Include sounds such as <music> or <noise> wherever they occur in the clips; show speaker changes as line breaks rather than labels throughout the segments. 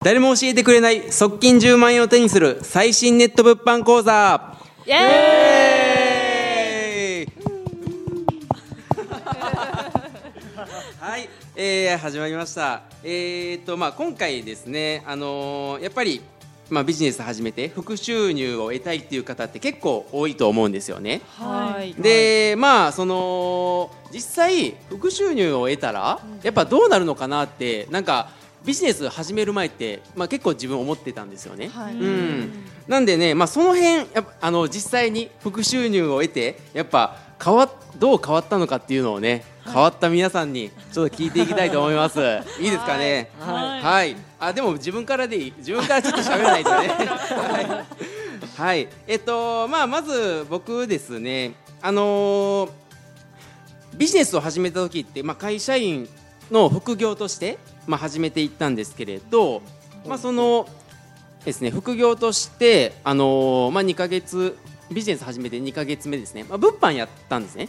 誰も教えてくれない側近10万円を手にする最新ネット物販講座
イエーイ
はい、えー始まりました。えー、とまあ今回ですね、あのーやっぱりまあビジネス始めて副収入を得たいっていう方って結構多いと思うんですよね。
はい
で、まあその実際副収入を得たらやっぱどうなるのかなってなんかビジネス始める前ってまあ結構自分思ってたんですよね。
はい
うん、なんでね、まあ、その辺やっぱあの実際に副収入を得てやっぱ変わっどう変わったのかっていうのをね、変わった皆さんにちょっと聞いていきたいと思いますいいですかね
はい
はい、あでも自分からでいい自分からちょっと喋らないとねはい、はいえっとまあまず僕ですねあのービジネスを始めた時って、まあ、会社員の副業として、まあ、始めていったんですけれど、まあ、そのですね副業として、あのーまあ、2ヶ月ビジネス始めて2ヶ月目ですね、まあ、物販やったんですね、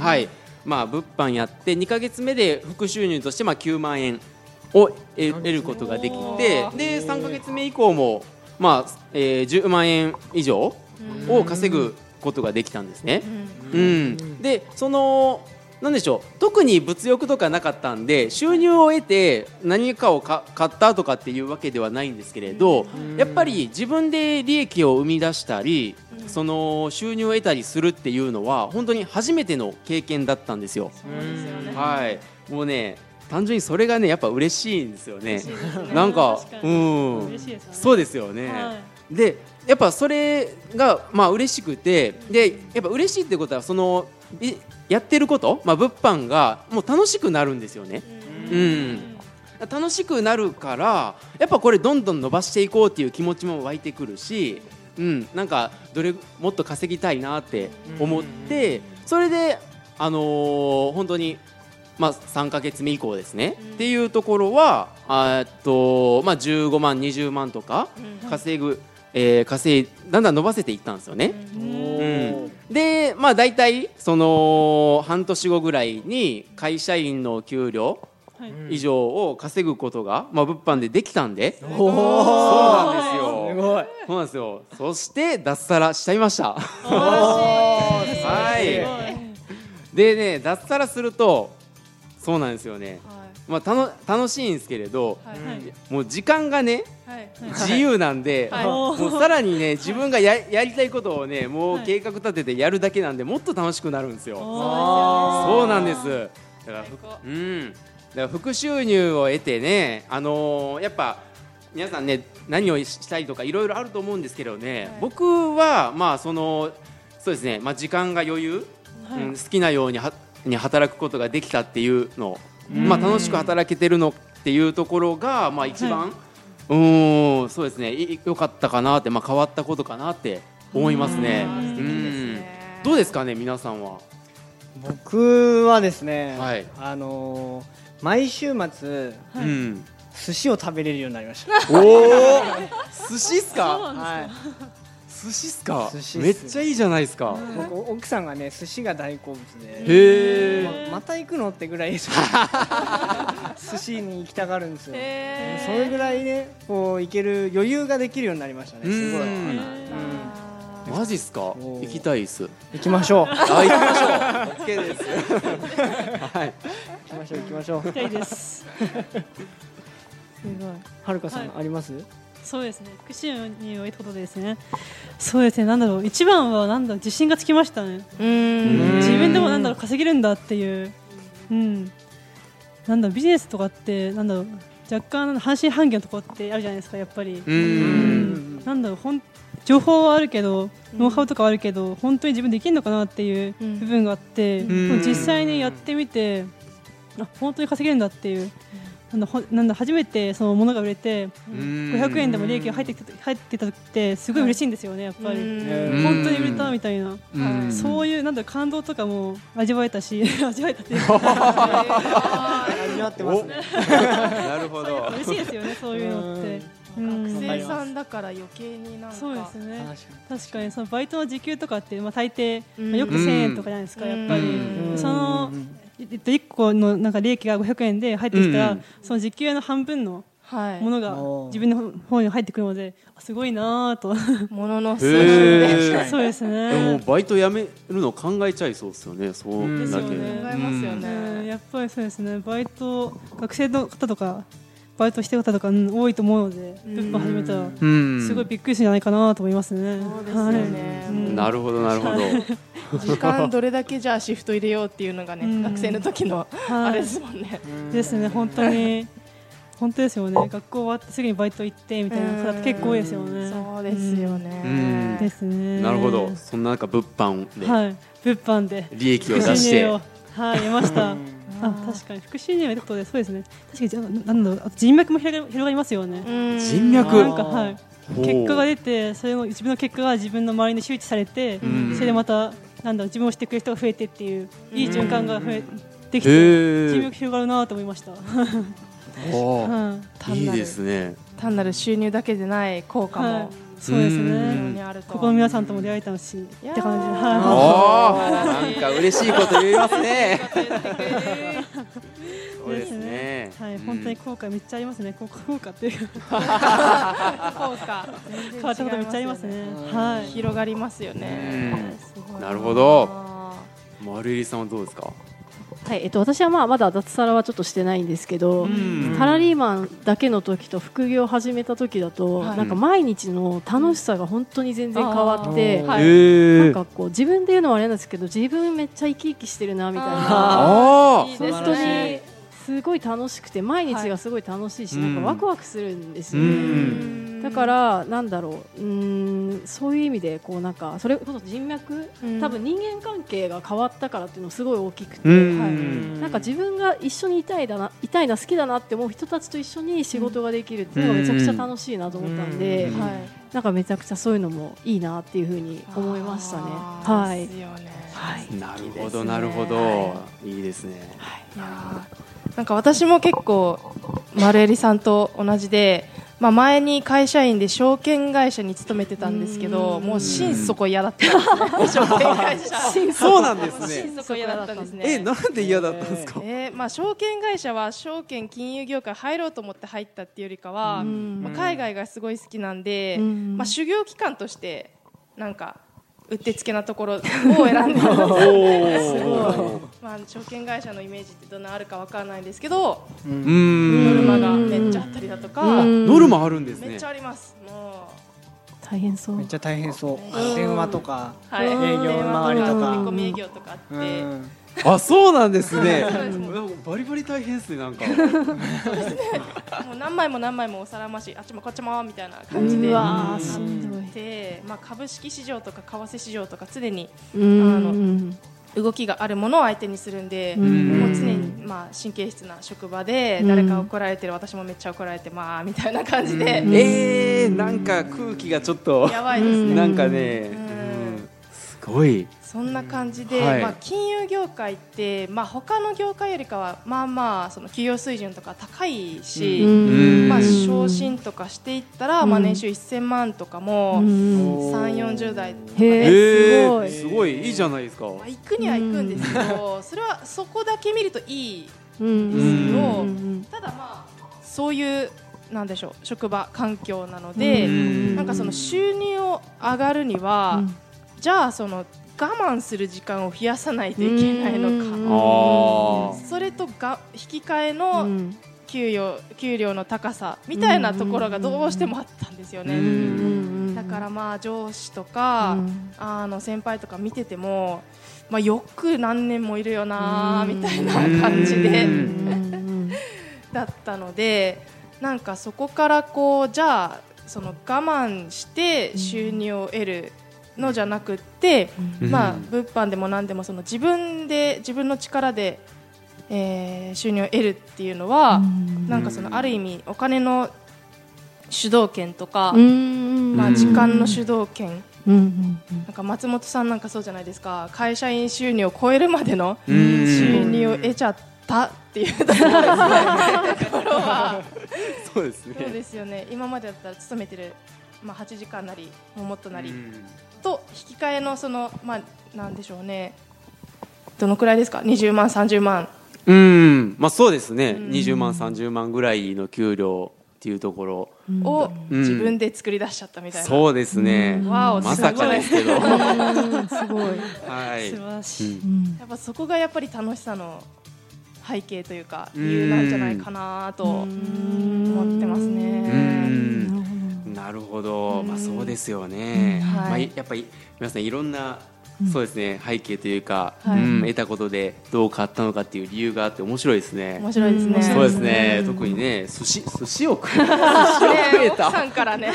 はいまあ、物販やって2ヶ月目で副収入としてまあ9万円をえ得ることができてで3ヶ月目以降も、まあえー10万円以上を稼ぐことができたんですね。うん、でそのなんでしょう特に物欲とかなかったんで収入を得て何かをか買ったとかっていうわけではないんですけれど、やっぱり自分で利益を生み出したり、その収入を得たりするっていうのは本当に初めての経験だったんですよ。はい、もうね単純にそれがねやっぱ嬉しいんですよね。なんか
確か
う
に
ん
嬉しいですよね
そうですよね。
は
でやっぱそれがまあ嬉しくてでやっぱ嬉しいってことはそのいやってること、まあ、物販がもう楽しくなるんですよね。うん楽しくなるからやっぱこれどんどん伸ばしていこうっていう気持ちも湧いてくるし、うん、なんかどれもっと稼ぎたいなって思ってそれで、あのー本当に、まあ、3か月目以降ですね、っていうところはあーっと、まあ、15万20万とか稼ぐ、えー稼いだんだん伸ばせていったんですよね。うんでまあ大体その半年後ぐらいに会社員の給料
はい
以上を稼ぐことが、まあ、物販でできたんでそう
おお
なんです
す
よ
ごい
そうなんですよそして脱サラしちゃいました <laughs>
素晴らしい
はいでね脱サラするとそうなんですよね、まあ、たの楽しいんですけれど、
はいはい
もう時間がね
はい
自由なんで、
はい
もうさらにね自分がややりたいことをねもう計画立ててやるだけなんでもっと楽しくなるんですよ。そうなんです。だから、ふ
高
うん、だから副収入を得てね、あのーやっぱ皆さんね何をしたいとかいろいろあると思うんですけどね、僕はまあそのそうですね、まあ時間が余裕、うん、好きなようにはに働くことができたっていうの、まあ楽しく働けてるのっていうところがまあ一番、うーん、そうですね、い良かったかなって、まあ変わったことかなって思いますね。うん、どうですかね皆さんは。
僕はですね、
はい
あのー毎週末
うん。
寿司を食べれるようになりまし
おお寿司っす
た。
か
はい。
寿司っすか
寿司っす
めっちゃいいじゃないですか、
僕奥さんがね寿司が大好物で、
へえ
ままた行くのってぐらい寿司に行きたがるんですよ。
へー
それぐらいねこう行ける余裕ができるようになりましたね。すごい。
う
うんん
マジっすか行
ー
きたいっす
行きましょう。
あ行きましょう OK ですはい
行きましょう行きましょう。
痛いです。すごい。
はるかさん、
は
あります？
そうですね。福島に置いたことですね。そうですね。なんだろう。一番はなんだろう自信がつきましたね。自分でもなんだろう稼げるんだっていう。うん。なんだろうビジネスとかってなんだろう若干半信半疑のところってあるじゃないですかやっぱり。
うーん
なんだろうほん情報はあるけど、ノウハウとかはあるけど本当に自分できるのかなっていう部分があって、
ん
でも実際にやってみてあ本当に稼げるんだっていう、なんだほなんだ初めてそのものが売れて500円でも利益が入ってきた入ってきた時ってすごい嬉しいんですよねやっぱり、
え
本当に売れたみたいな、
うん
そういうなんだろう感動とかも味わえたし <laughs> 味わえたっていうか
ー味わってますね。
なるほど
嬉しいですよねそういうのって。うん
学生さんだから余計になんか
そうですね
話が
確かにそのバイトの時給とかって、まあ、大抵、
うん
まあよく1000円とかじゃないですか、
うん
やっぱり、
うん
その
うん
えっと1個のなんか利益が500円で入ってきたら、
うん
その時給の半分の
はい
ものが
おー
自分の方に入ってくるのであすごいなぁと
ものの数
へ
で
ー
考
はい
<laughs> そうですね
でもバイト辞めるの考えちゃいそうですよね。そう
うん
だ
です
け
よね
えますよ
うん
ね
やっぱりそうですねバイト学生の方とかバイトしてる方とか、うん多いと思うので
うん
物販始めたら
うん
すごいびっくりするんじゃないかなと思いますね。
そうですよね
はいうん
なるほどなる
<laughs>
ほど。
時間どれだけじゃあシフト入れようっていうのがね、
うん
学生の時の
はい
あれですもんね、
ですね本当に本当ですよね学校終わってすぐにバイト行ってみたいな方って結構多いですよね
そうですよね、
うん
うんですね
なるほど。そんな中物販で
はい物販で
利益を出して。
をはい得ましたあ確かに副収入ってことでそうですね確かにじゃあなんだろうあと人脈も広が広がりますよね
うん
人
な
脈
んかはい
ほう
結果が出てそれの自分の結果が自分の周りに周知されて
ん
それでまたなんだろう自分を知ってくれる人が増えてっていういい循環が増えてき
へ
て
ー
人脈広がるなと思い
<laughs>
ました
ほう
はい
単
いい
なる
ですね。
単なる収入だけでない効果
はい
も、
そうです
非
う
常
ん
に
ね。
あると
ここの皆さんとも出会えたし、って
やー
感じ。
お
は
おー、なんか嬉しいこと言いますね。そうですね。
い。はい、本当に効果めっちゃありますね。効果効果っていう
効
か
果
変わったことめっちゃありますね。
うん
はい。
広がりますよね
うん
すごい
なるほどうん。マルエリさんはどうですか。
はいえっと、私はまあまだ脱サラはちょっとしてないんですけど、
ん
サラリーマンだけの時と副業を始めた時だと、
はい
なんか毎日の楽しさが本当に全然変わって、
あーはい
なん
え
かこう自分で言うのはあれなんですけど自分めっちゃ生き生きしてるなみたいな
あ
いい
ー
ですね
本当にすごい楽しくて毎日がすごい楽しいし、
はい
なんかワクワクするんです
う
よね。
ん。
だからなんだろううーんそういう意味でこうなんかそれこそ人脈、
うん
多分人間関係が変わったからっていうのすごい大きくて、
うん
はい、なんか自分が一緒にいたいだないたいな好きだなって思う人たちと一緒に仕事ができるっていうのがめちゃくちゃ楽しいなと思ったんで、
うん
はい
なんかめちゃくちゃそういうのもいいなっていうふうに思いましたね。
あー
はい
ですよね
はい
なる
いい
ほ
です
ど、
ね
なるほど
は。
いいですね。
いやーなんか私も結構丸エリさんと同じで、まあ、前に会社員で証券会社に勤めてたんですけど
うん
もう心底嫌だったんですね証券会社
そうなんです <laughs> ね。
心底嫌だったんですね
え、なんで嫌だったんですか。
えーまあ、証券会社は証券金融業界入ろうと思って入ったっていうよりかは、
うん
まあ、海外がすごい好きなんで、
うん
まあ、修行期間としてなんかうってつけなところを選んで
おお。
<laughs> まあ証券会社のイメージってどんなあるかわからないんですけど
う
うん
ノル
ん。
マがめっちゃあったりだとか、
うん
ノルマあるんです
めっ
ね
ちゃ。ありますも
大変そう
めっちゃ大変そううん電話とか
う、はい、
営業
電
周り
話
と
とか
か
振り込み営業とかあって、
うん
あ、そうなんですね。
そうです
なんかバリバリ大変ですね、なんか。
もう何枚も何枚もお皿回しあっちもこっちもみたいな感じで
う
あ
わーしんどい
っ。て、まあ、株式市場とか為替市場とか常に
うん
あ動きがあるものを相手にするんで、もう常に、まあ、神経質な職場で
うん
誰か怒られてる私もめっちゃ怒られてまあみたいな感じで、
ええ、なんか空気がちょっと。
やばいですね、
なんかね。
うん
うんすごい。
そんな感じで、
はい
まあ、金融業界って、まあ、他の業界よりかはまあまあその企業水準とか高いし、
ん
まあ、
うん
昇進とかしていったら、まあ、
うん
年収1000万とかも
うん
3 4 0代とか
へ
で、
え
え
ー
す
すごいいいじゃないですか。
まあ、行くには行くんですけど、それはそこだけ見るといい
うん
ですけど、
う
ただまあそういうなんでしょう職場環境なので、
うん
なんかその収入を上がるには、じゃあその我慢する時間を増やさないといけないのか。
あー
それとが引き換え
う
の
ん
給与給料の高さみたいなところがどうしてもあったんですよ
う
ね。
うん
だからまあ上司とか、
うん
あの先輩とか見てても、まあ、よく何年もいるよなみたいな感じ
う
で
ん
うん
だったのでなんかそこからこうじゃあその我慢して収入を得るのじゃなくって、
うん
まあ、物販でも何でもその自分で自分の力で、えー収入を得るっていうのは、なんかそのある意味お金の主導権とか、
うん
まあ、時間の主導権、
うんうん
なんか松本さんなんかそうじゃないですか会社員収入を超えるまでの
うん
収入を得ちゃったっていうところですねところは
そうですね
そうです
<laughs>
よね今までだったら勤めてる、まあ、8時間なりももっとなり、
うん
と引き換えのそのまあなんでしょうねどのくらいですか20万30万
うん、まあそうですね、
うん
20万、30万ぐらいの給料っていうところ、
を
うん
自分で作り出しちゃったみたいな、
そうですね、
うん
わお
まさかですすけど、は
うんすごい。
い、
素晴ら
う
しい、
ん
ごいやっぱそこがやっぱり楽しさの背景というか理由なんじゃないかなと思ってますね。
ん
なるほ
なるほ
ど
ど、まあそうですよ
う
ね。
んはい
まあいやっぱり皆さんいろんなそうですね背景というか、
はい
うん得たことでどう変わったのかっていう理由があって面白いですね。
面白いですね。
そうですね、
うん
特にね寿司寿司を
<laughs>
食う
ね
えた
奥さんからね。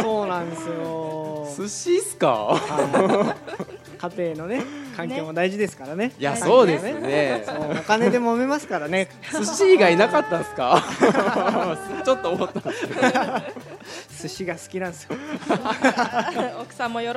そうなんですよ。
寿司っすか？
はい家庭のね環境も大事ですからね。
いや
はい
そうですね。
そうお金で揉めますからね。
寿司以外なかったっす
<laughs>
か？ <laughs> ちょっと思った。
寿司が好きなんですよ。
<laughs> 奥さんも喜ぶ。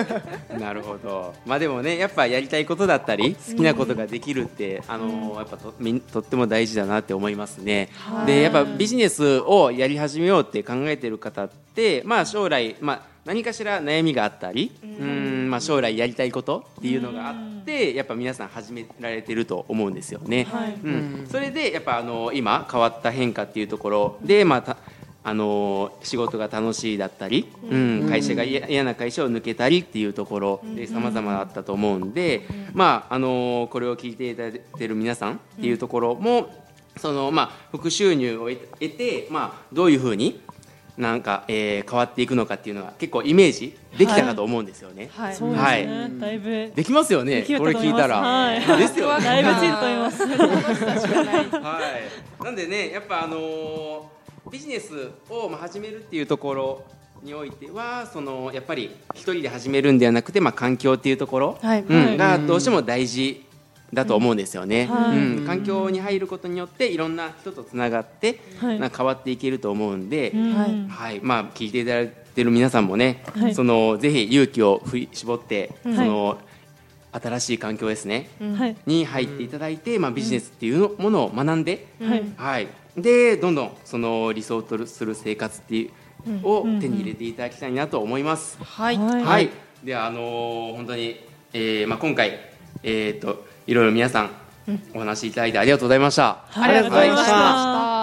<laughs> なるほど。まあでもね、やっぱやりたいことだったり、好きなことができるって、あのーやっぱとみんとっても大事だなって思いますね。で、やっぱビジネスをやり始めようって考えてる方って、まあ将来、まあ何かしら悩みがあったり、うん、まあ将来やりたいことっていうのがあって、やっぱ皆さん始められてると思うんですよね。
はい
うん、それでやっぱあの今変わった変化っていうところで、まあたあの仕事が楽しいだったり、うん、会社が嫌嫌な会社を抜けたりっていうところで様々あったと思うんで、まああのこれを聞いていただいてる皆さんっていうところも、そのまあ副収入を得得て、まあどういうふうになんか、えー変わっていくのかっていうのは結構イメージできたかと思うんですよね。
はい。
そうですね、だいぶ
できますよね。
できる
こと
思
れ
います
聞いたら、
はい
ですよね。
<laughs> だいぶついてると思い
<laughs>
ます
はい、なんでねやっぱあのービジネスをまあ始めるっていうところにおいてはそのやっぱり一人で始めるんではなくて、まあ、環境っていうところ、
はい
うん、がどうしても大事だと思うんですよね、
はい
うん、環境に入ることによっていろんな人とつながって、
はい
なんか変わっていけると思うんで、
うん
は
は
い
いまあ、聞いていただいてる皆さんもね、
はい
そのぜひ勇気を振り絞って、
うん
その新しい環境ですね、
はい
に入っていただいて、まあ、ビジネスっていうのものを学んで、
はい
はい、でどんどんその理想とする生活っていう、を手に入れていただきたいなと思います。
はい。
はい
はい、ではあのー本当に、えーまあ、今回、えー、といろいろ皆さんお話しいただいてありがとうございました。
ありがとうございました